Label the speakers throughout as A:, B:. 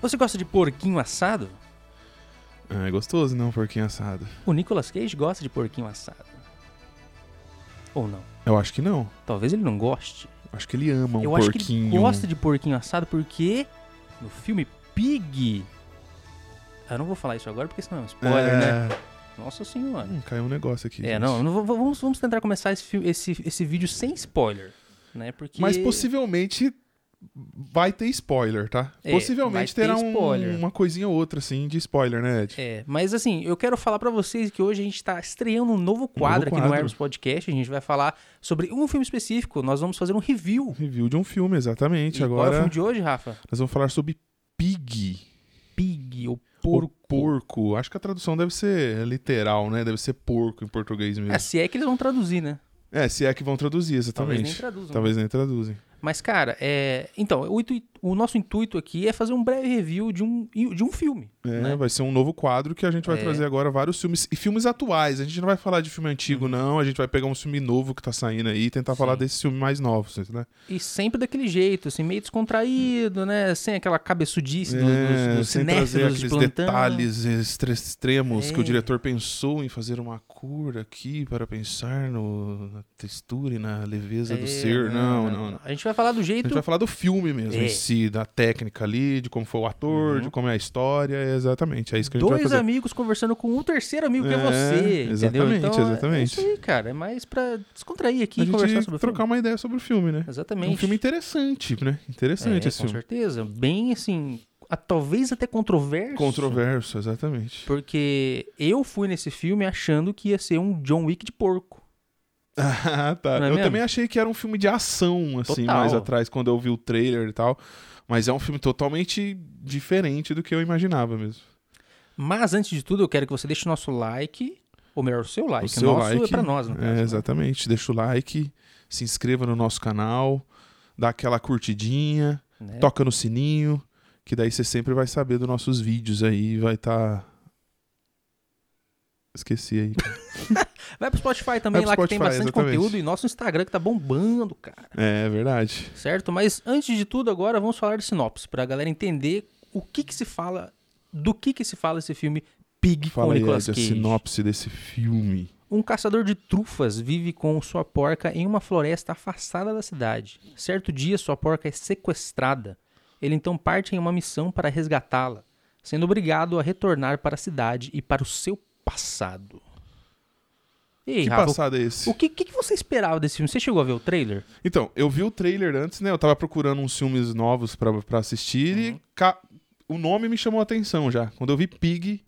A: Você gosta de porquinho assado?
B: É gostoso, não, porquinho assado.
A: O Nicolas Cage gosta de porquinho assado. Ou não?
B: Eu acho que não.
A: Talvez ele não goste.
B: Acho que ele ama um
A: Eu acho que
B: porquinho.
A: ele gosta de porquinho assado porque no filme Pig. Eu não vou falar isso agora porque senão é um spoiler, né?
B: é...
A: Nossa senhora.
B: Hum, caiu um negócio aqui.
A: É,
B: gente.
A: não, não vou- vou- vamos, vamos tentar começar esse, fi- esse, esse vídeo sem spoiler, né? Porque
B: Mas possivelmente vai ter spoiler, tá?
A: É,
B: possivelmente
A: vai ter
B: terá um-
A: spoiler.
B: uma coisinha ou outra, assim, de spoiler, né, Ed?
A: É, mas assim, eu quero falar pra vocês que hoje a gente tá estreando um novo quadro aqui no
B: quadro.
A: Hermes Podcast. A gente vai falar sobre um filme específico. Nós vamos fazer um review.
B: Review de um filme, exatamente.
A: E Qual é o
B: Agora
A: filme de hoje, Rafa?
B: nós vamos falar sobre Pig.
A: Pig, o
B: ou
A: porco.
B: porco. Acho que a tradução deve ser literal, né? Deve ser porco em português mesmo.
A: É, se é que eles vão traduzir, né?
B: É, se é que vão traduzir,
A: Talvez
B: exatamente.
A: nem traduzam.
B: Talvez nem traduzem.
A: Mas, cara, é... então, o, intuito- o nosso intuito aqui é fazer um breve review de um, de um filme.
B: É,
A: né?
B: vai ser um novo quadro que a gente vai
A: É.
B: trazer agora vários filmes e filmes atuais. A gente não vai falar de filme antigo, não. A gente vai pegar um filme novo que tá saindo aí e tentar
A: Uhum. Sim.
B: falar desses filmes mais novos, né?
A: E sempre daquele jeito, assim, meio descontraído, né? Sem aquela cabeçudice do, dos, dos
B: É, sem trazer
A: cinéfilos de
B: aqueles
A: plantão.
B: detalhes extre- extremos que
A: É.
B: o diretor pensou em fazer uma cura aqui para pensar no- na textura e na leveza
A: É,
B: do ser. Não, não, não.
A: A gente vai falar do
B: A gente
A: jeito
B: vai falar do filme mesmo
A: É. Uhum.
B: em si, da técnica ali, de como foi o ator, de como é a história, exatamente. É isso que a gente vai
A: dois
B: fazer.
A: amigos conversando com um terceiro amigo que é
B: É,
A: você. entendeu?
B: exatamente,
A: Então, É
B: exatamente.
A: isso aí, cara. É mais pra descontrair aqui
B: a
A: e conversar
B: gente
A: sobre o
B: trocar
A: filme.
B: uma ideia sobre o filme, né? É
A: Exatamente.
B: um filme interessante, né? Interessante
A: É,
B: esse
A: com
B: filme.
A: certeza. Bem, assim, a- talvez até controverso.
B: Controverso, exatamente.
A: Porque eu fui nesse filme achando que ia ser um John Wick de porco.
B: Ah, tá.
A: Não é
B: eu
A: mesmo?
B: também achei que era um filme de ação, assim,
A: Total.
B: mais atrás, quando eu vi o trailer e tal. Mas é um filme totalmente diferente do que eu imaginava mesmo.
A: Mas, antes de tudo, eu quero que você deixe o nosso like. Ou melhor, o seu like.
B: o seu
A: nosso
B: like.
A: é pra nós, no caso.
B: É,
A: né?
B: exatamente. Deixa o like, se inscreva no nosso canal, dá aquela curtidinha.
A: Né?
B: toca no sininho, que daí você sempre vai saber dos nossos vídeos aí, vai estar Esqueci aí.
A: Vai pro Spotify também,
B: Vai pro
A: lá que tem
B: Spotify,
A: bastante
B: exatamente.
A: conteúdo. E nosso Instagram que tá bombando, cara.
B: é, verdade.
A: Certo? Mas antes de tudo, agora vamos falar de sinopse, pra galera entender o que que se fala, do que que se fala esse filme Pig com
B: Fala aí,
A: Nicolas
B: Ed, a
A: Cage.
B: sinopse desse filme.
A: Um caçador de trufas vive com sua porca em uma floresta afastada da cidade. Certo dia, sua porca é sequestrada. Ele então parte em uma missão para resgatá-la, sendo obrigado a retornar para a cidade e para o seu passado. E aí,
B: que
A: Rafa,
B: passado é esse?
A: o que, que que você esperava desse filme? Você chegou a ver o trailer?
B: Então, eu vi o trailer antes, né? Eu tava procurando uns filmes novos pra, pra assistir
A: Uhum.
B: e ca- o nome me chamou a atenção já. Quando eu vi Pig,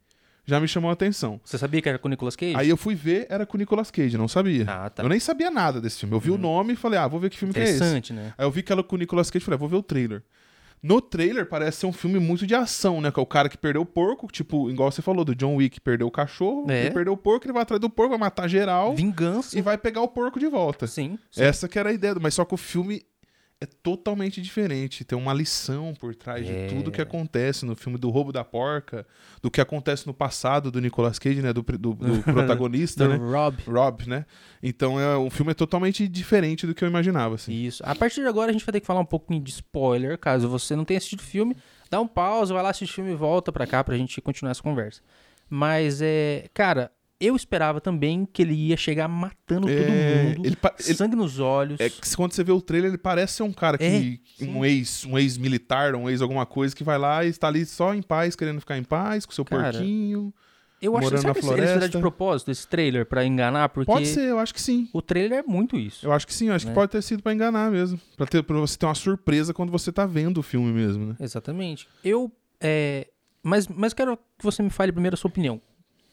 B: já me chamou a atenção.
A: Você sabia que era com o Nicolas Cage?
B: Aí eu fui ver, era com o Nicolas Cage, não sabia.
A: Ah, tá. Uhum.
B: Eu nem sabia nada desse filme. Eu vi o nome e falei, ah, vou ver que filme que é esse.
A: Interessante, né?
B: Aí eu vi que ela com o Nicolas Cage e falei, ah, vou ver o trailer. No trailer parece ser um filme muito de ação, né? Que é o cara que perdeu o porco, tipo, igual você falou, do John Wick, perdeu o cachorro,
A: É.
B: ele perdeu o porco, ele vai atrás do porco, vai matar geral
A: Vingança.
B: Então, e vai pegar o porco de volta. É
A: Sim. sim.
B: Essa que era a ideia, mas só que o filme é totalmente diferente. Tem uma lição por trás
A: É.
B: de tudo que acontece no filme do roubo da porca, do que acontece no passado do Nicolas Cage, né? Do, pri- do- do protagonista,
A: Do
B: né?
A: Rob.
B: Rob, né? Então é, o filme é totalmente diferente do que eu imaginava, assim.
A: Isso. A partir de agora a gente vai ter que falar um pouquinho de spoiler, caso você não tenha assistido o filme. Dá um pause, vai lá assistir o filme e volta pra cá pra gente continuar essa conversa. Mas, é, cara, eu esperava também que ele ia chegar matando todo
B: É,
A: mundo.
B: ele pa- ele-
A: sangue nos olhos.
B: É que se- quando você vê o trailer, ele parece ser um cara
A: É,
B: que. um ex, um ex-militar, um ex alguma coisa, que vai lá e está ali só em paz, querendo ficar em paz, com seu
A: Cara,
B: porquinho.
A: eu acho
B: morando
A: será
B: na
A: que eles- eles fizeram de
B: floresta.
A: propósito esse trailer pra enganar, porque
B: Pode ser, eu acho que sim.
A: o trailer é muito isso.
B: Eu acho que sim, eu acho
A: Né?
B: que pode ter sido pra enganar mesmo. Pra, ter, pra você ter uma surpresa quando você tá vendo o filme mesmo, né?
A: Exatamente. Eu. É, mas, mas quero que você me fale primeiro a sua opinião.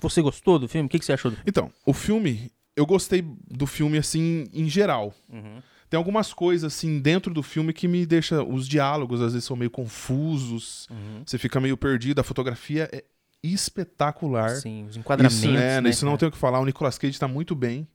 A: Você gostou do filme? O que, que você achou do filme?
B: Então, o filme. Eu gostei do filme, assim, em geral.
A: Uhum.
B: Tem algumas coisas, assim, dentro do filme que me deixa. Os diálogos, às vezes, são meio confusos.
A: Uhum.
B: Você fica meio perdido. A fotografia é espetacular.
A: Sim, os enquadramentos.
B: Isso, é,
A: né,
B: isso não
A: cara?
B: tem o que falar. O Nicolas Cage tá muito bem.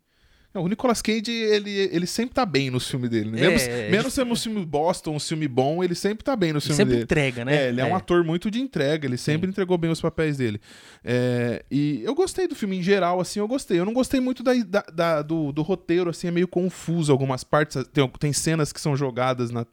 B: Não, o Nicolas Cage, ele, ele sempre tá bem nos filmes dele. né?
A: É,
B: Menos,
A: é
B: menos sendo um filme bosta, um filme bom, ele sempre tá bem nos
A: Ele
B: filmes
A: sempre
B: dele.
A: entrega, né?
B: É, ele é. um ator muito de entrega, ele sempre entregou bem os papéis dele. É, e eu gostei do filme em geral, assim, eu gostei. Eu não gostei muito da, da- da- do, do roteiro, assim, é meio confuso algumas partes. Tem, tem cenas que são jogadas na,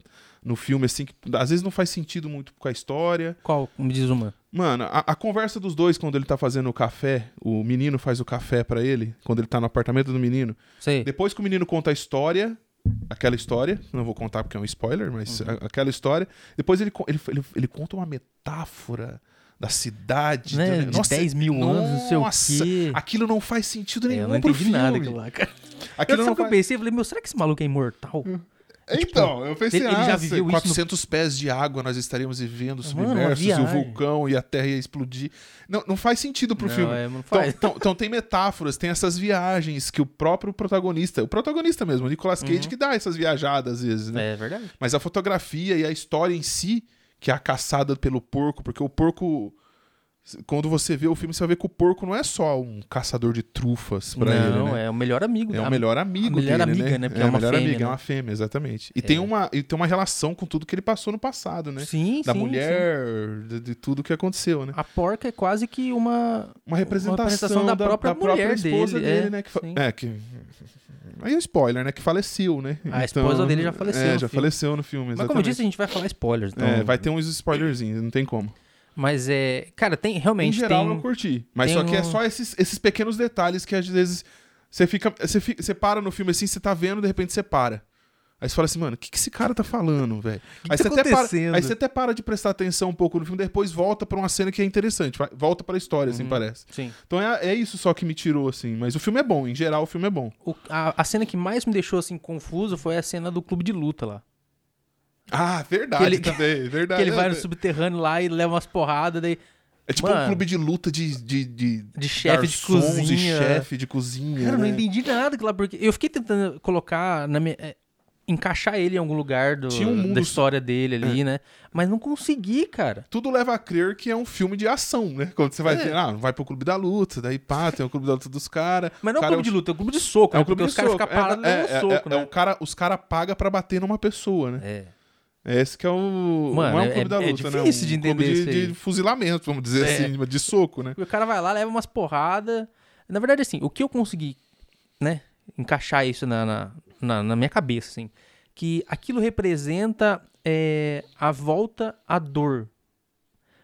B: no filme, assim, que às vezes não faz sentido muito com a história.
A: Qual? Me diz uma.
B: Mano, a, a conversa dos dois quando ele tá fazendo o café, o menino faz o café pra ele, quando ele tá no apartamento do menino.
A: Sei.
B: Depois que o menino conta a história, aquela história, não vou contar porque é um spoiler, mas
A: Uhum.
B: a- aquela história. Depois ele, co- ele, ele, ele conta uma metáfora da cidade.
A: Né,
B: do-
A: de 10 mil anos, não sei o quê.
B: aquilo não faz sentido
A: É,
B: nenhum
A: eu não
B: um pro
A: entendi
B: filme.
A: nada aquilo lá, cara.
B: Aquilo
A: eu,
B: não
A: sabe o que eu
B: faz-
A: pensei? Eu falei, meu, será que esse maluco é imortal?
B: Hum, Então, eu pensei,
A: ele- ele
B: ah,
A: já
B: sei,
A: viveu isso no-
B: 400 pés de água nós estaríamos
A: Mano,
B: vivendo
A: uma
B: submersos e o
A: viagem.
B: vulcão e a terra ia explodir. Não, não faz sentido pro
A: Não,
B: filme.
A: é, não
B: Então-
A: faz.
B: Então, então tem metáforas, tem essas viagens que o próprio protagonista, o protagonista mesmo, o Nicolas Cage, que dá essas viajadas às vezes, né?
A: Uhum. É verdade.
B: Mas a fotografia e a história em si, que é a caçada pelo porco, porque o porco. Quando você vê o filme, você vai ver que o porco não é só um caçador de trufas pra ele.
A: não,
B: né?
A: é o melhor amigo.
B: É o
A: da-
B: melhor amigo
A: a melhor
B: dele,
A: amiga, né? Porque é
B: a
A: uma
B: melhor
A: fêmea,
B: amiga, é
A: né? É.
B: uma fêmea, exatamente. E, tem uma, e tem uma relação com tudo que ele passou no passado, né?
A: Sim,
B: da
A: sim, sim.
B: mulher, de, de tudo que aconteceu, né?
A: A porca é quase que uma...
B: Uma representação,
A: representação da própria mulher
B: esposa
A: dele,
B: dele,
A: é,
B: né? Que fa-
A: sim.
B: É, que... Aí é spoiler, né? Que faleceu, né?
A: A esposa dele já faleceu
B: É,
A: no
B: já
A: filme.
B: faleceu no filme,
A: Mas
B: exatamente.
A: como eu disse, a gente vai falar spoilers. Então...
B: É, vai ter uns spoilerzinhos, não tem como.
A: Mas é... Cara, tem realmente...
B: em geral,
A: tem...
B: eu curti. Mas
A: tem
B: só que é
A: um-
B: só esses, esses pequenos detalhes que às vezes você fica. Você, fi- você para no filme assim, você tá vendo, de repente você para. Aí você fala assim, mano, o que, que esse cara tá falando, velho?
A: tá
B: Aí, você até para-
A: acontecendo?
B: aí você até para de prestar atenção um pouco no filme, depois volta pra uma cena que é interessante, vai- volta pra história,
A: Uhum.
B: assim, parece.
A: Sim.
B: Então é, é isso só que me tirou, assim. Mas o filme é bom, em geral o filme é bom.
A: O- a, a cena que mais me deixou, assim, confuso foi a cena do clube de luta lá.
B: Ah, verdade
A: Que ele-
B: também,
A: Que
B: verdade.
A: ele vai
B: É,
A: no subterrâneo lá e leva umas porradas, daí...
B: É tipo
A: Mano.
B: um clube de luta de. De, de,
A: De chefe de
B: garçons e
A: cozinha.
B: chefe de cozinha.
A: Cara, eu não
B: né?
A: entendi nada que lá, porque eu fiquei tentando colocar na minha. é, encaixar ele em algum lugar do,
B: Tinha um mundo- É.
A: da história dele ali, né? Mas não consegui, cara.
B: tudo leva a crer que é um filme de ação, né? Quando você
A: É.
B: vai dizer, ah, vai pro clube da luta, daí pá, tem o clube da luta dos caras.
A: Mas não é um clube de luta, é um clube de soco,
B: É
A: né?
B: um clube
A: porque
B: de
A: os caras
B: soco.
A: ficam parados
B: é,
A: dando
B: é,
A: soco,
B: é,
A: né?
B: é um cara, os caras pagam pra bater numa pessoa, né?
A: É.
B: É. Esse que é o.
A: Mano,
B: não é um
A: é-
B: clube da
A: é
B: luta, né? Um
A: difícil de entender
B: clube
A: isso
B: de,
A: aí.
B: de fuzilamento, vamos dizer
A: É.
B: assim, de soco, né?
A: E o cara vai lá, leva umas porradas. Na verdade, assim, o que eu consegui, né, encaixar isso na, na, na- na minha cabeça, assim, que aquilo representa é, a volta à dor.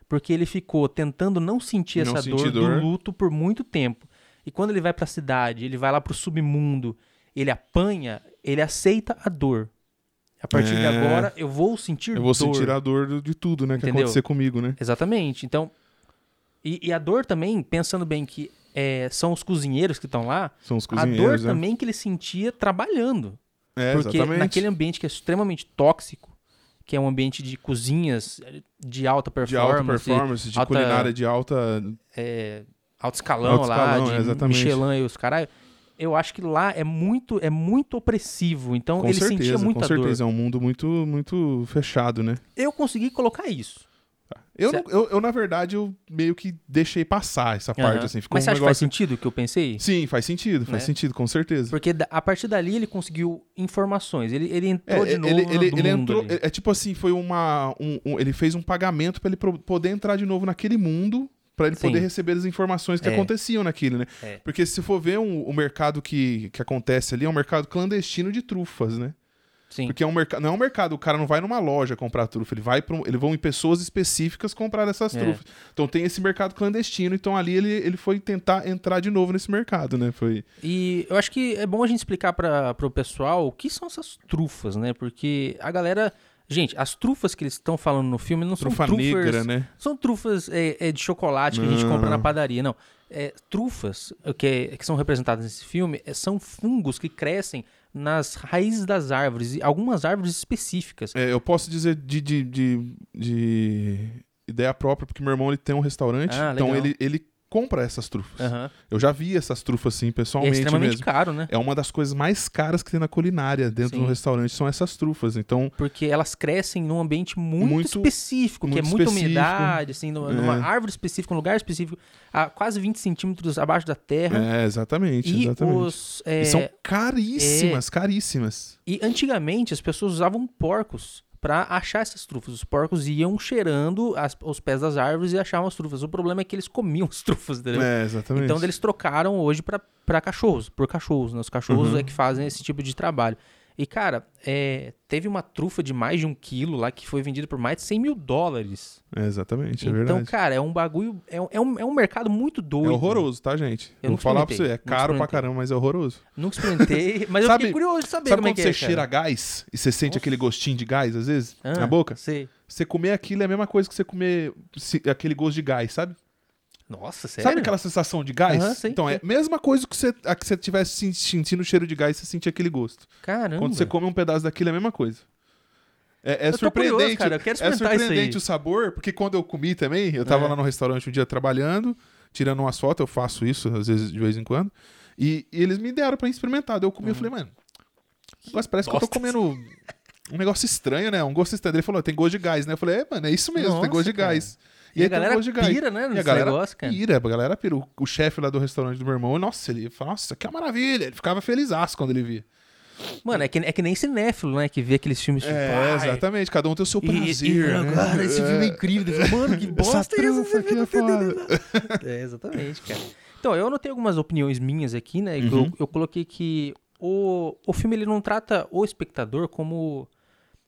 A: Porque ele ficou tentando não sentir
B: Não
A: essa
B: sentir
A: dor,
B: dor.
A: do luto por muito tempo. E quando ele vai pra cidade, ele vai lá pro submundo, ele apanha, ele aceita a dor. A partir de
B: É.
A: agora, eu vou sentir
B: Eu vou
A: dor.
B: sentir a dor do- de tudo, né? Que
A: Entendeu?
B: acontecer comigo, né?
A: Exatamente. Então, e, e a dor também, pensando bem que é, são os cozinheiros que estão lá,
B: São os
A: a dor
B: cozinheiros. né?
A: também que ele sentia trabalhando.
B: É,
A: porque
B: exatamente.
A: naquele ambiente que é extremamente tóxico, que é um ambiente de cozinhas de alta
B: De
A: performance,
B: alta performance, de
A: alta-
B: culinária de alta.
A: é, alto escalão
B: Alto
A: lá,
B: escalão, é,
A: de
B: exatamente.
A: Michelin e os caralho, eu acho que lá é muito, é muito opressivo. Então
B: Com
A: ele sentia
B: certeza,
A: muita
B: com
A: dor.
B: certeza. É um mundo muito, muito fechado, né?
A: Eu consegui colocar isso.
B: Eu,
A: Cê-
B: não- eu, eu, na verdade, eu meio que deixei passar essa parte,
A: Aham.
B: assim. Ficou
A: Mas
B: um
A: você acha que faz
B: negócio...
A: sentido o que eu pensei?
B: Sim, faz sentido, faz
A: Né?
B: sentido, com certeza.
A: Porque da- a partir dali ele conseguiu informações. Ele, ele entrou de
B: É, ele,
A: novo no
B: ele,
A: do
B: ele
A: mundo
B: entrou.
A: ali.
B: É, é tipo assim, foi uma. um- um- ele fez um pagamento pra ele pro- poder entrar de novo naquele mundo. Pra ele
A: Sim.
B: poder receber as informações que
A: É.
B: aconteciam naquilo, né?
A: É.
B: Porque se for ver um- o mercado que, que acontece ali, é um mercado clandestino de trufas, né?
A: Sim.
B: Porque é um mercado, não é um mercado, o cara não vai numa loja comprar trufa, ele vai para ele vão em pessoas específicas comprar essas
A: É.
B: trufas. Então tem esse mercado clandestino, então ali ele, ele foi tentar entrar de novo nesse mercado, né? Foi
A: E eu acho que é bom a gente explicar para o pessoal o que são essas trufas, né? Porque a galera. Gente, as trufas que eles estão falando no filme não
B: trufa
A: são trufas.
B: negra, né?
A: São trufas é, é, de chocolate que a gente
B: Não,
A: compra na
B: não.
A: padaria, não. É, trufas o que, que são representadas nesse filme é, são fungos que crescem nas raízes das árvores, e algumas árvores específicas.
B: É, eu posso dizer de, de, de, de ideia própria, porque meu irmão ele tem um restaurante,
A: Ah,
B: então
A: legal.
B: ele, ele compra essas trufas.
A: Aham.
B: Eu já vi essas trufas assim
A: E é
B: pessoalmente
A: extremamente
B: mesmo.
A: caro, né?
B: É uma das coisas mais caras que tem na culinária dentro
A: Sim.
B: do restaurante são essas trufas. Então
A: Porque elas crescem num ambiente muito,
B: Muito-
A: específico, que é
B: muito
A: muita
B: específico.
A: umidade, assim, numa,
B: É.
A: numa árvore específica, um lugar específico, a quase 20 centímetros abaixo da terra.
B: é exatamente,
A: e
B: exatamente.
A: os. é,
B: E são caríssimas, caríssimas.
A: E antigamente as pessoas usavam porcos pra achar essas trufas. Os porcos iam cheirando as- os pés das árvores e achavam as trufas. O problema é que eles comiam as trufas, entendeu?
B: É, exatamente. Uhum.
A: Então eles trocaram hoje pra pra cachorros, por cachorros, né? Os cachorros é que fazem esse tipo de trabalho. E, cara, é, teve uma trufa de mais de um quilo lá que foi vendida por mais de 100 mil dólares.
B: É, exatamente, é
A: então,
B: verdade.
A: cara, é um bagulho. É, um- é um, é um mercado muito doido.
B: É horroroso, tá, gente?
A: Eu
B: Vou
A: nunca
B: falar pra você,
A: experimentei,
B: é
A: nunca
B: caro pra
A: experimentei.
B: caramba, mas é horroroso.
A: Nunca experimentei, mas eu
B: Sabe-
A: fiquei curioso de saber
B: Sabe
A: como é
B: quando
A: que
B: você
A: é.
B: cheira gás e você sente
A: Nossa.
B: aquele gostinho de gás, às vezes,
A: cara. Ah,
B: na boca?
A: Sei.
B: Você comer aquilo é a mesma coisa que você comer se- aquele gosto de gás, sabe?
A: Nossa, sério?
B: Sabe aquela sensação de gás?
A: Aham, sei,
B: então, é
A: sei.
B: a mesma coisa que você, a que você tivesse sen- sentindo o cheiro de gás, você sente aquele gosto.
A: Caramba.
B: Quando você come um pedaço daquilo, é a mesma coisa. É, é
A: tô
B: surpreendente.
A: curioso, cara, eu quero
B: é
A: experimentar isso aí.
B: surpreendente o sabor, porque quando eu comi também, eu tava
A: É.
B: lá no restaurante um dia trabalhando, tirando umas fotos, eu faço isso às vezes de vez em quando. E, e eles me deram pra experimentar. Daí eu comi, eu falei, mano, mas parece que eu tô
A: Hum. bosta.
B: comendo um negócio estranho, né? Um gosto estranho. Ele falou, tem gosto de gás, né? Eu falei, é, mano, é isso mesmo,
A: Nossa,
B: tem gosto de
A: cara.
B: gás.
A: E, a
B: tem um
A: galera
B: gosto de gás.
A: pira, né,
B: E a
A: nesse
B: galera
A: negócio, cara.
B: pira, a galera pira. O, o chefe lá do restaurante do meu irmão, nossa, ele fala, nossa, isso aqui é uma maravilha. Ele ficava feliz quando ele via.
A: Mano, é que, é que nem cinéfilo, né? Que vê aqueles filmes tipo.
B: É,
A: "Ai,
B: exatamente. Cada um tem o seu
A: E-
B: prazer.
A: e,
B: né?
A: agora, esse filme é incrível. Eu falo, Mano, que
B: Essa
A: bosta é essa?
B: trança aqui é foda.
A: É, exatamente, cara. Então, eu anotei algumas opiniões minhas aqui, né? que
B: Uhum.
A: Eu, eu coloquei que o, o filme ele não trata o espectador como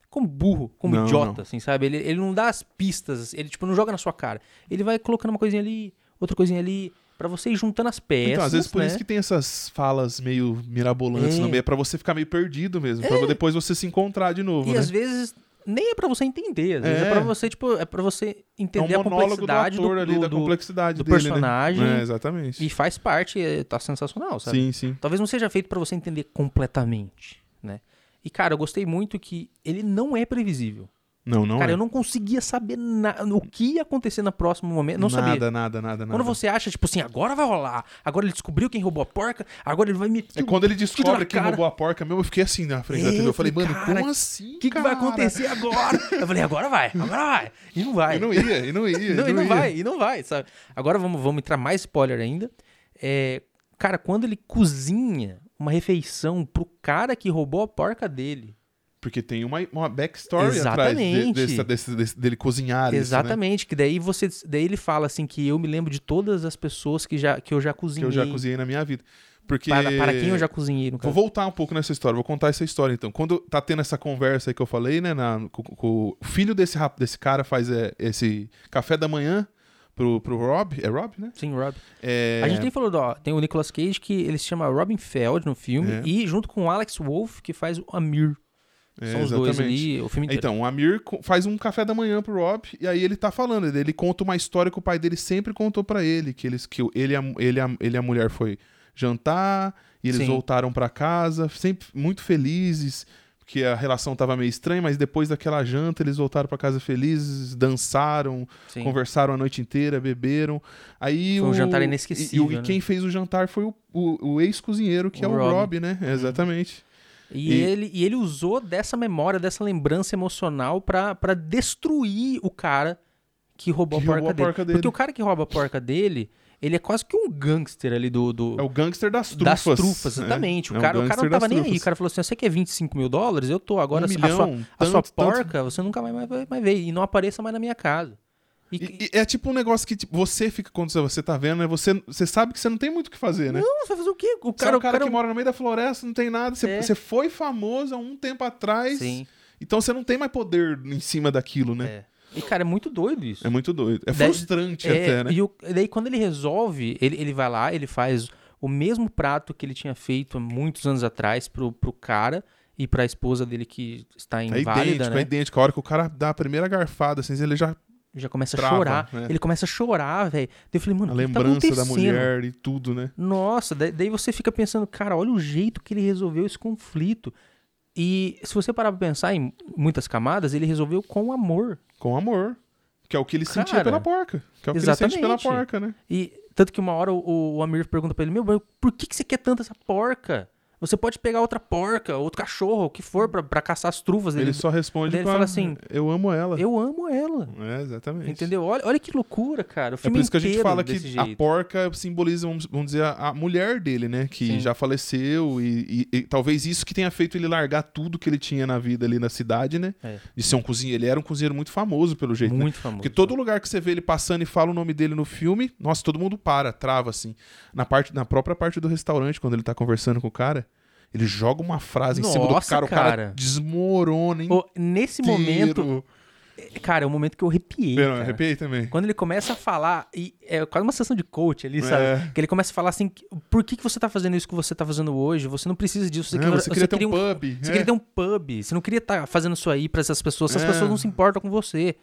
A: como burro, como
B: Não,
A: idiota,
B: não.
A: assim, sabe? Ele, ele não dá as pistas, ele tipo não joga na sua cara. Ele vai colocando uma coisinha ali, outra coisinha ali, pra você ir juntando as peças,
B: Então, às vezes por
A: né?
B: isso que tem essas falas meio mirabolantes
A: É.
B: no meio, é pra você ficar meio perdido mesmo, pra depois você se encontrar de novo,
A: E
B: né?
A: às vezes nem é pra você entender, às vezes é,
B: É.
A: pra você, tipo, é para você
B: É um
A: entender a
B: monólogo do
A: complexidade
B: ator ali, da
A: do-
B: complexidade
A: do
B: dele,
A: personagem.
B: Né? É, exatamente.
A: E faz parte, é, tá sensacional, sabe?
B: Sim, sim.
A: Talvez não seja feito pra você entender completamente, né? E, cara, eu gostei muito que ele não é previsível.
B: Não, não
A: cara,
B: é.
A: eu não conseguia saber na- o que ia acontecer no próximo momento. Não
B: nada,
A: sabia.
B: Nada, nada, nada,
A: Quando você acha, tipo assim, agora vai rolar, agora ele descobriu quem roubou a porca, agora ele vai me.
B: É quando ele
A: Tiro na
B: descobre que
A: cara.
B: roubou a porca mesmo, eu fiquei assim na frente
A: É,
B: da TV. Eu falei,
A: falei,
B: mano,
A: cara,
B: como assim?
A: O que, que vai
B: cara?"
A: acontecer agora? Eu falei, agora vai, agora vai. E não vai.
B: E não ia, e não ia.
A: Não, e não
B: ia.
A: vai, e não vai, sabe? Agora vamos, vamos entrar mais spoiler ainda. É, cara, quando ele cozinha uma refeição pro cara que roubou a porca dele.
B: Porque tem uma, uma backstory atrás de,
A: Exatamente.
B: dessa- desse- desse- dele cozinhar isso, né?
A: Exatamente, que daí você, daí ele fala assim que eu me lembro de todas as pessoas que, já, que eu já
B: que
A: cozinhei.
B: eu já cozinhei na minha vida. Porque
A: Para, para quem eu já cozinhei, no
B: Vou
A: caso.
B: voltar um pouco nessa história, vou contar essa história então. Quando tá tendo essa conversa aí que eu falei, né? na- com- com- o filho desse, rap- desse cara faz é, esse café da manhã pro, pro Rob. É Rob, né?
A: Sim, Rob.
B: É,
A: A gente nem falou, do- ó, tem o Nicolas Cage que ele se chama Robin Feld no filme
B: É.
A: e junto com o Alex Wolff que faz o Amir.
B: é,
A: São os dois ali, o filme inteiro.
B: Então, o Amir co- faz um café da manhã pro Rob e aí ele tá falando, ele, ele conta uma história que o pai dele sempre contou pra ele, que eles que o- ele e a, ele, e a, ele e a mulher foi jantar e eles
A: Sim.
B: voltaram pra casa, sempre muito felizes, porque a relação tava meio estranha, mas depois daquela janta eles voltaram pra casa felizes, dançaram,
A: Sim.
B: conversaram a noite inteira, beberam. Aí
A: Foi um
B: o,
A: jantar
B: e-
A: inesquecível,
B: E, o- e
A: né?
B: quem fez o jantar foi o, o, o ex-cozinheiro,
A: O
B: que é o
A: Rob. Uhum.
B: Rob, né? Exatamente.
A: E,
B: E-
A: Ele, e ele usou dessa memória, dessa lembrança emocional pra pra destruir o cara que roubou,
B: Que
A: a, porca
B: roubou a
A: dele.
B: porca dele.
A: Porque o cara que rouba a porca dele, ele é quase que um gangster ali do. do-
B: É o gangster das trufas.
A: das trufas,
B: né?
A: exatamente.
B: É
A: O, cara, o cara
B: gangster
A: não tava
B: das
A: nem aí. O
B: trufas.
A: cara falou assim: você quer 25 mil dólares? Eu tô. Agora
B: Um
A: a sua- a, sua,
B: milhão,
A: a sua
B: tanto, tanto.
A: porca, você nunca mais vai, vai- vai ver. E não apareça mais na minha casa. E,
B: E- e é tipo um negócio que tipo, você fica quando você tá vendo, né? Você, você sabe que você não tem muito o que fazer, né?
A: não, você vai fazer o quê? O
B: Você é
A: cara,
B: um cara, que mora no meio da floresta, não tem nada. Você,
A: É.
B: você foi famoso há um tempo atrás,
A: Sim,
B: então você não tem mais poder em cima daquilo, né?
A: é. E, cara, é muito doido isso.
B: É, muito doido. É
A: Da-
B: frustrante
A: É,
B: até, né?
A: E o- e daí quando ele resolve, ele, ele vai lá, ele faz o mesmo prato que ele tinha feito há muitos anos atrás pro, pro cara e pra esposa dele que está
B: É
A: inválida,
B: idêntico, é
A: né?
B: idêntico. A hora que o cara dá a primeira garfada, assim, ele já.
A: Já começa
B: Trava,
A: a chorar.
B: né?
A: Ele começa a chorar, velho. Daí eu falei, mano,
B: A
A: o que que tá
B: lembrança da
A: acontecendo?
B: mulher e tudo, né?
A: Nossa, da- daí você fica pensando, cara, olha o jeito que ele resolveu esse conflito. E se você parar pra pensar em muitas camadas, ele resolveu com amor.
B: Com amor. Que é o que ele sentia
A: Cara,
B: pela porca. Que é o que ele sente
A: exatamente.
B: pela porca, né?
A: E tanto que uma hora o, o Amir pergunta pra ele: Meu, mas por que, que você quer tanto essa porca? Você pode pegar outra porca, outro cachorro, o que for, pra, pra caçar as truvas
B: Ele,
A: dele.
B: só responde
A: ele
B: com a-
A: fala assim,
B: Eu amo ela.
A: Eu amo ela.
B: É, exatamente.
A: Entendeu? Olha, olha que loucura, cara. O
B: É
A: filme
B: por isso que a gente
A: inteiro
B: fala que
A: desse
B: a
A: jeito.
B: porca simboliza, vamos, vamos dizer, a, a mulher dele, né? Que
A: Sim.
B: já faleceu e, e- e talvez isso que tenha feito ele largar tudo que ele tinha na vida ali na cidade, né?
A: É.
B: De ser um cozinheiro. Ele era um cozinheiro muito famoso, pelo jeito, né?
A: Muito famoso.
B: Porque todo lugar que você vê ele passando e fala o nome dele no filme, nossa, todo mundo para, trava, assim. Na, parte, na própria parte do restaurante, quando ele tá conversando com o cara, Ele joga uma frase em cima do
A: Nossa,
B: cara, o cara
A: cara.
B: desmorona, hein?
A: Ô, nesse momento, cara, é o momento que eu arrepiei.
B: Eu não,
A: cara.
B: arrepiei também.
A: Quando ele começa a falar, e é quase uma sessão de coach ali, sabe?
B: É.
A: Que ele começa a falar assim: que- por que, que você tá fazendo isso que você tá fazendo hoje? Você não precisa disso. Você,
B: Ah,
A: queria,
B: você queria ter um
A: queria
B: pub.
A: Você
B: é.
A: queria ter um pub. Você não queria estar fazendo isso aí pra essas pessoas. Essas
B: É.
A: pessoas não se importam com você.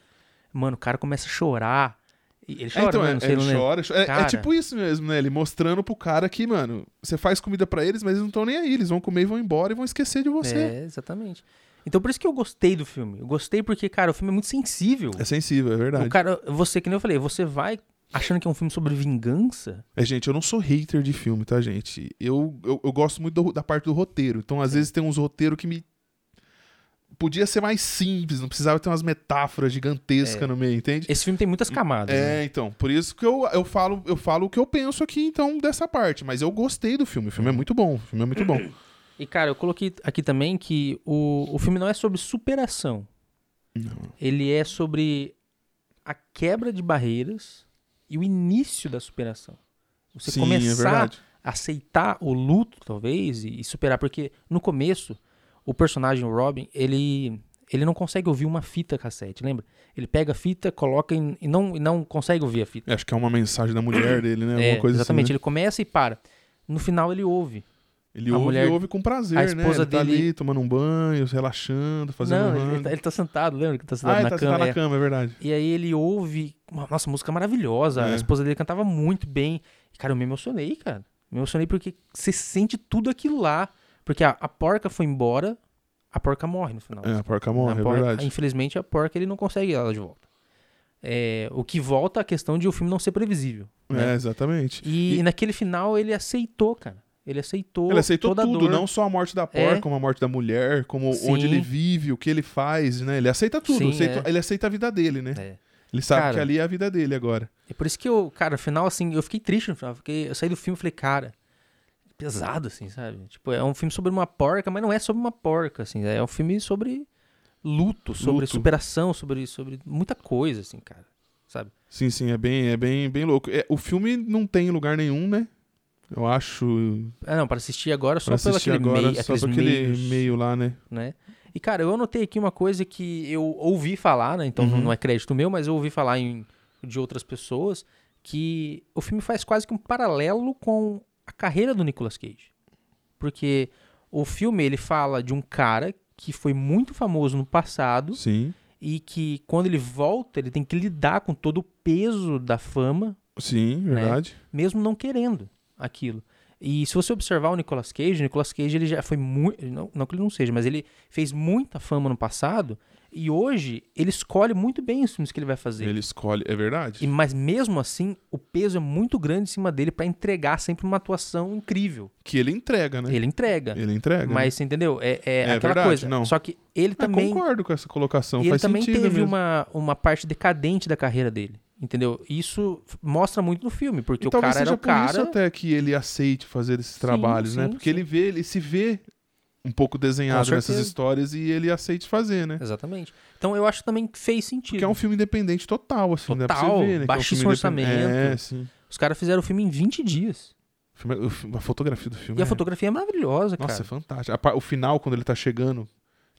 A: Mano, o cara começa a chorar. E Ele
B: É,
A: chora,
B: então,
A: né?
B: é-
A: não sei,
B: ele
A: não lembro.
B: chora, chora. É- É,
A: Cara.
B: tipo isso mesmo, né? Ele mostrando pro cara que, mano, você faz comida pra eles, mas eles não estão nem aí. Eles vão comer e vão embora e vão esquecer de você.
A: É, exatamente. Então por isso que eu gostei do filme. Eu gostei porque, cara, o filme é muito sensível.
B: É, sensível, é verdade.
A: O cara, você, que nem eu falei, você vai achando que é um filme sobre vingança.
B: É, gente, eu não sou hater de filme, tá, gente? Eu, eu, eu gosto muito do- da parte do roteiro. Então,
A: É.
B: às vezes, tem uns roteiros que me. Podia ser mais simples, não precisava ter umas metáforas
A: É.
B: gigantescas no meio, entende?
A: Esse filme tem muitas camadas. né?
B: É, então, por isso que eu, eu, falo, eu falo o que eu penso aqui, então, dessa parte. Mas eu gostei do filme. O filme é muito bom. O filme é muito bom.
A: E, cara, eu coloquei aqui também que o, o filme não é sobre superação. Ele é sobre a quebra de barreiras e o início da superação. Você
B: Sim, é
A: começar
B: verdade.
A: a aceitar o luto, talvez, e, e superar. Porque no começo, o personagem o Robin, ele, ele não consegue ouvir uma fita cassete, lembra? Ele pega a fita, coloca em- e não, e não consegue ouvir a fita.
B: É, Acho que é uma mensagem da mulher dele, né?
A: É,
B: Alguma coisa
A: exatamente,
B: assim. né?
A: ele começa e para. No final ele ouve.
B: Ele
A: a
B: ouve,
A: mulher-
B: e ouve com prazer,
A: a
B: né?
A: esposa
B: Ele tá
A: dele-
B: ali tomando um banho, relaxando, fazendo
A: não,
B: um
A: ele,
B: rango.
A: ele tá, ele tá sentado, lembra que tá sentado
B: Ah, ele
A: na
B: tá
A: cama?
B: sentado
A: é.
B: na cama, é verdade.
A: E aí ele ouve. uma- Nossa, música maravilhosa.
B: É.
A: A esposa dele cantava muito bem. E, cara, eu me emocionei, cara. Me emocionei porque você sente tudo aquilo lá. Porque a, a porca foi embora, a porca morre no final.
B: É, a porca
A: A
B: morre, é
A: porca-
B: verdade.
A: Infelizmente, a porca ele não consegue ela de volta. É, o que volta à questão de o filme não ser previsível. né?
B: É, exatamente.
A: E, e naquele final ele aceitou, cara. Ele aceitou.
B: Ele aceitou
A: toda a
B: tudo,
A: dor.
B: né? não só a morte da
A: É.
B: porca, como a morte da mulher, como
A: Sim.
B: onde ele vive, o que ele faz, né? Ele aceita tudo,
A: Sim,
B: aceita- ele aceita a vida dele, né?
A: É.
B: Ele sabe
A: Cara.
B: que ali é a vida dele agora.
A: É por isso que eu, cara, no final, assim, eu fiquei triste no final. Porque eu saí do filme e falei, cara, pesado, assim, sabe? Tipo, é um filme sobre uma porca, mas não é sobre uma porca, assim. É um filme sobre luto, sobre
B: Luto.
A: superação, sobre, sobre muita coisa, assim, cara. Sabe?
B: Sim, sim, é bem, é bem, bem louco. É, o filme não tem em lugar nenhum, né? Eu acho.
A: Ah, não, para assistir agora só
B: Pra
A: pelo
B: assistir
A: aquele
B: agora,
A: meio,
B: só
A: aqueles
B: pra aquele
A: meios,
B: meio lá, né?
A: né? E, cara, eu anotei aqui uma coisa que eu ouvi falar, né? Então
B: Uhum.
A: não é crédito meu, mas eu ouvi falar em- de outras pessoas que o filme faz quase que um paralelo com a carreira do Nicolas Cage. Porque o filme, ele fala de um cara que foi muito famoso no passado
B: Sim,
A: e que quando ele volta, ele tem que lidar com todo o peso da fama,
B: sim,
A: Né?
B: verdade.
A: mesmo não querendo aquilo. E se você observar o Nicolas Cage, o Nicolas Cage ele já foi muito, não, não que ele não seja, mas ele fez muita fama no passado e hoje ele escolhe muito bem os filmes que ele vai fazer.
B: Ele escolhe, é verdade.
A: E, mas mesmo assim, o peso é muito grande em cima dele pra entregar sempre uma atuação incrível.
B: Que ele entrega, né?
A: Ele entrega.
B: Ele entrega. né?
A: Mas você entendeu? É, é
B: É
A: aquela
B: verdade,
A: coisa.
B: não.
A: Só que ele
B: Eu
A: também
B: concordo com essa colocação,
A: e ele
B: faz
A: também
B: sentido
A: teve
B: mesmo.
A: uma, uma parte decadente da carreira dele, entendeu? Isso f- mostra muito no filme, porque
B: E
A: o
B: talvez
A: cara era
B: seja
A: o
B: por isso
A: cara.
B: até que ele aceite fazer esses
A: Sim,
B: trabalhos, né?
A: sim,
B: Porque ele vê, ele se vê um pouco desenhado
A: Com
B: nessas
A: certeza.
B: histórias e ele aceite fazer, né?
A: Exatamente. Então eu acho também que fez sentido.
B: Porque é um filme independente total, assim, dá pra
A: Total,
B: você ver, né? Que é um
A: baixíssimo
B: filme independente.
A: orçamento.
B: É, sim.
A: Os caras fizeram o filme em 20 dias.
B: O filme é- o fi- a fotografia do filme
A: E a
B: é-
A: fotografia é maravilhosa,
B: Nossa,
A: cara.
B: é fantástico. A pa- O final, quando ele tá chegando,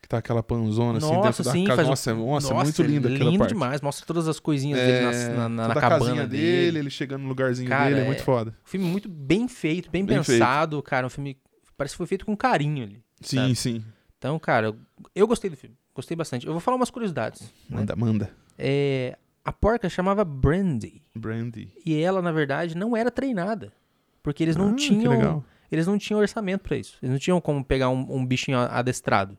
B: que tá aquela panzona, assim,
A: Nossa,
B: dentro da
A: sim,
B: casa.
A: faz um-
B: Nossa, é- nossa, é
A: Nossa,
B: muito linda
A: é
B: aquela
A: lindo
B: parte.
A: demais. Mostra todas as coisinhas
B: É,
A: dele nas- na, na, na
B: toda a
A: cabana
B: casinha
A: dele.
B: ele chegando no lugarzinho
A: Cara,
B: dele, é
A: é-
B: muito foda.
A: Um filme muito bem feito, bem,
B: Bem feito.
A: pensado, cara. Um filme que parece que foi feito com carinho ali.
B: Sim,
A: sabe?
B: sim.
A: Então, cara, eu, eu gostei do filme. Gostei bastante. Eu vou falar umas curiosidades. né?
B: Manda, manda.
A: É, a porca chamava Brandy.
B: Brandy.
A: e ela na verdade não era treinada porque eles não
B: Ah, Que
A: tinham
B: legal.
A: eles não tinham orçamento pra isso eles não tinham como pegar um, um bichinho a- adestrado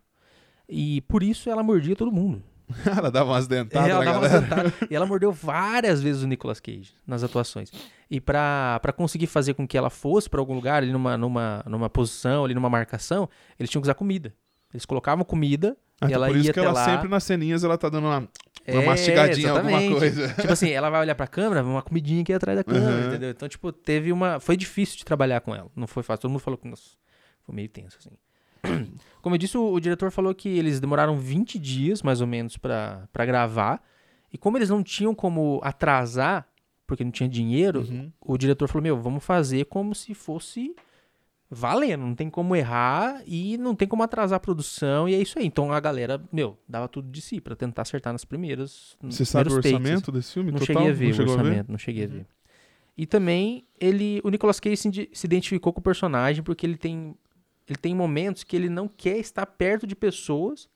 A: e por isso ela mordia todo mundo
B: É, ela dava umas dentadas
A: É, ela
B: na
A: dava
B: galera.
A: umas dentadas. e ela mordeu várias vezes o Nicolas Cage nas atuações e pra pra conseguir fazer com que ela fosse pra algum lugar ali numa numa numa posição ali numa marcação eles tinham que usar comida eles colocavam comida
B: Ah,
A: e ela
B: por isso
A: ia
B: que
A: até
B: ela
A: lá
B: sempre nas ceninhas ela tá dando uma, uma
A: É,
B: mastigadinha, alguma
A: exatamente.
B: coisa.
A: Tipo assim, ela vai olhar pra câmera, uma comidinha aqui atrás da câmera,
B: Uhum.
A: entendeu? Então, tipo, teve uma. Foi difícil de trabalhar com ela. Não foi fácil. Todo mundo falou que. Nossa, foi meio tenso, assim. Como eu disse, o, o diretor falou que eles demoraram 20 dias, mais ou menos, pra pra gravar. E como eles não tinham como atrasar, porque não tinha dinheiro,
B: Uhum.
A: o diretor falou: Meu, vamos fazer como se fosse valendo, não tem como errar e não tem como atrasar a produção, e é isso aí. Então a galera, meu, dava tudo de si pra tentar acertar nas primeiras. nos
B: Você sabe
A: primeiros Hum,
B: o
A: takes,
B: orçamento desse filme?
A: Não
B: total?
A: cheguei a ver
B: não
A: o
B: chegou a
A: orçamento,
B: ver?
A: não cheguei a ver. E também ele, o Nicolas Cage se, indi- se identificou com o personagem porque ele tem ele tem momentos que ele não quer estar perto de pessoas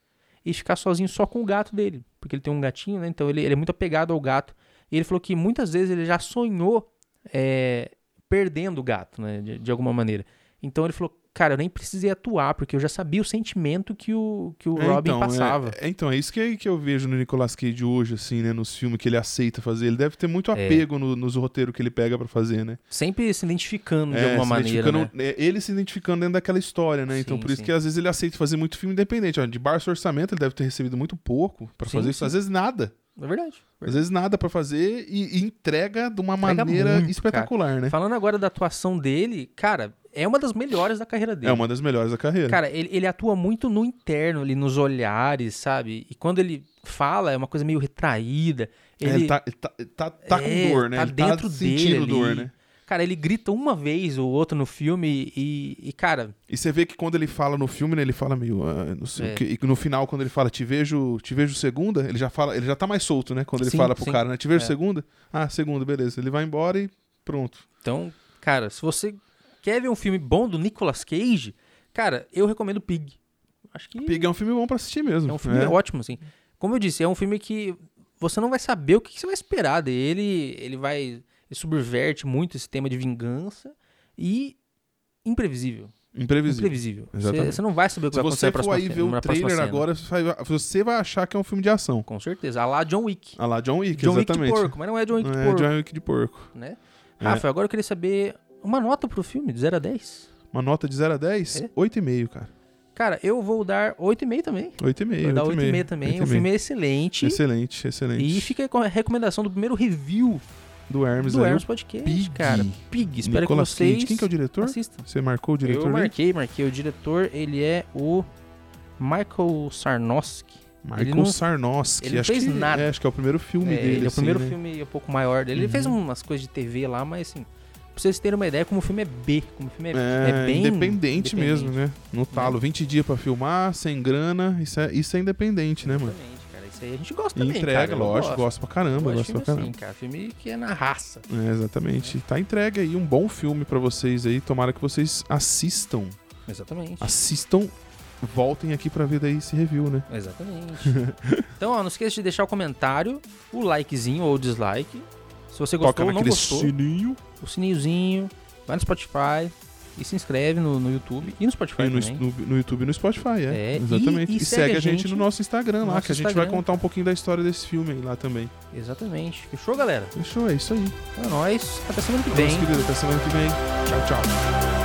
A: e ficar sozinho só com o gato dele, porque ele tem um gatinho, né? Então ele, ele é muito apegado ao gato. E ele falou que muitas vezes ele já sonhou é, perdendo o gato, né? De, de alguma maneira. Então ele falou, cara, eu nem precisei atuar porque eu já sabia o sentimento que o que o
B: É,
A: Robin
B: então, é-
A: passava.
B: é, então, é isso que, que eu vejo no Nicolas Cage hoje, assim, né? Nos filmes que ele aceita fazer. Ele deve ter muito
A: É.
B: apego no- nos roteiros que ele pega pra fazer, né?
A: Sempre se identificando de
B: É,
A: alguma
B: se
A: maneira.
B: identificando-
A: Né?
B: é, Ele se identificando dentro daquela história, né? então,
A: Sim,
B: por isso
A: sim.
B: que às vezes ele aceita fazer muito filme independente. Ó, de baixo orçamento, ele deve ter recebido muito pouco pra
A: Sim,
B: fazer isso.
A: sim.
B: Às vezes nada.
A: É verdade.
B: Às vezes nada pra fazer e, e entrega de uma
A: Entrega
B: maneira
A: muito,
B: espetacular, né?
A: Falando agora da atuação dele, cara, é uma das melhores da carreira dele.
B: É uma das melhores da carreira.
A: Cara, ele, ele atua muito no interno, ali, nos olhares, sabe? E quando ele fala, é uma coisa meio retraída.
B: É,
A: Ele,
B: tá, ele tá, ele tá, tá
A: É,
B: com dor, né?
A: tá
B: ele
A: dentro
B: tá
A: dele
B: sentindo dor,
A: ali.
B: né?
A: Cara, ele grita uma vez ou outra no filme e, e, cara,
B: E você vê que quando ele fala no filme, né, ele fala meio, ah, não sei
A: É.
B: o quê. E no final, quando ele fala, te vejo, te vejo segunda, ele já fala, ele já tá mais solto, né? Quando ele
A: Sim,
B: fala pro
A: sim.
B: cara, né? Te vejo
A: É.
B: segunda? Ah, segunda, beleza. Ele vai embora e pronto.
A: então, cara, se você quer ver um filme bom do Nicolas Cage, cara, eu recomendo Pig. Acho que
B: Pig é um filme bom pra assistir mesmo. né?
A: é um filme ótimo, assim. Como eu disse, é um filme que você não vai saber o que que você vai esperar dele. Ele vai. Ele subverte muito esse tema de vingança e imprevisível.
B: Imprevisível.
A: imprevisível. Você,
B: Exatamente.
A: você não vai saber o que
B: Se
A: vai acontecer
B: você
A: na
B: for
A: próxima
B: aí
A: cena,
B: ver o
A: na próxima
B: trailer
A: cena.
B: agora, você vai- você vai achar que é um filme de ação.
A: Com certeza. A lá John Wick.
B: Ah lá, John Wick,
A: John Wick de
B: exatamente.
A: porco, mas não é John Wick de
B: É,
A: porco,
B: John Wick de porco.
A: né?
B: É.
A: Rafa, agora eu queria saber uma nota pro filme, de 0 a 10.
B: Uma nota de 0 a 10,
A: É?
B: 8,5, cara.
A: Cara, eu vou dar 8,5 também.
B: 8,5.
A: Vou dar 8,5
B: 8,5
A: também. O filme é excelente.
B: Excelente, excelente.
A: E fica aí com a recomendação do primeiro review
B: Do Hermes
A: do
B: aí,
A: Hermes Podcast,
B: Pig.
A: cara. Pig, espero
B: Nicolas
A: que vocês
B: Cage. Quem que é o diretor?
A: assistam.
B: Você marcou o diretor
A: eu
B: dele?
A: marquei, marquei. O diretor, ele é o Michael Sarnowski.
B: Michael
A: Ele não-
B: Sarnowski.
A: ele não
B: acho
A: fez
B: que,
A: nada.
B: É, acho que é o primeiro filme
A: É,
B: dele.
A: ele é o
B: assim,
A: primeiro
B: né?
A: filme um pouco maior dele. Ele
B: Uhum.
A: fez umas coisas de TV lá, mas assim, pra vocês terem uma ideia, como o filme é B, como o filme é,
B: É,
A: é bem.
B: independente mesmo, né? No talo, 20 dias pra filmar, sem grana, isso é, isso é independente, né, mano?
A: Exatamente, cara. Isso aí a gente gosta
B: E
A: também.
B: entrega,
A: cara. Eu
B: lógico,
A: gosto.
B: gosto pra caramba,
A: Eu
B: gosto pra
A: gosto de
B: caramba.
A: filme assim, cara. Filme que é na raça.
B: É, exatamente. Tá entregue aí um bom filme pra vocês aí. Tomara que vocês assistam.
A: Exatamente.
B: Assistam, voltem aqui pra ver daí esse review, né?
A: Exatamente. então, ó, não esqueça de deixar o comentário, o likezinho ou o dislike. Se você gostou
B: Toca
A: ou não
B: naquele
A: gostou,
B: sininho
A: o sininhozinho, vai no Spotify e se inscreve no, no YouTube e no Spotify
B: e no,
A: também.
B: no- no YouTube e no Spotify, é.
A: É,
B: exatamente.
A: e- e
B: E, segue a gente, no nosso Instagram lá,
A: nosso
B: que a gente
A: Instagram.
B: vai contar um pouquinho da história desse filme aí lá também.
A: Exatamente. Fechou, galera?
B: Fechou, é isso aí.
A: Então é nóis. Até semana que
B: Vamos,
A: vem.
B: querido, até semana que vem. Tchau, tchau.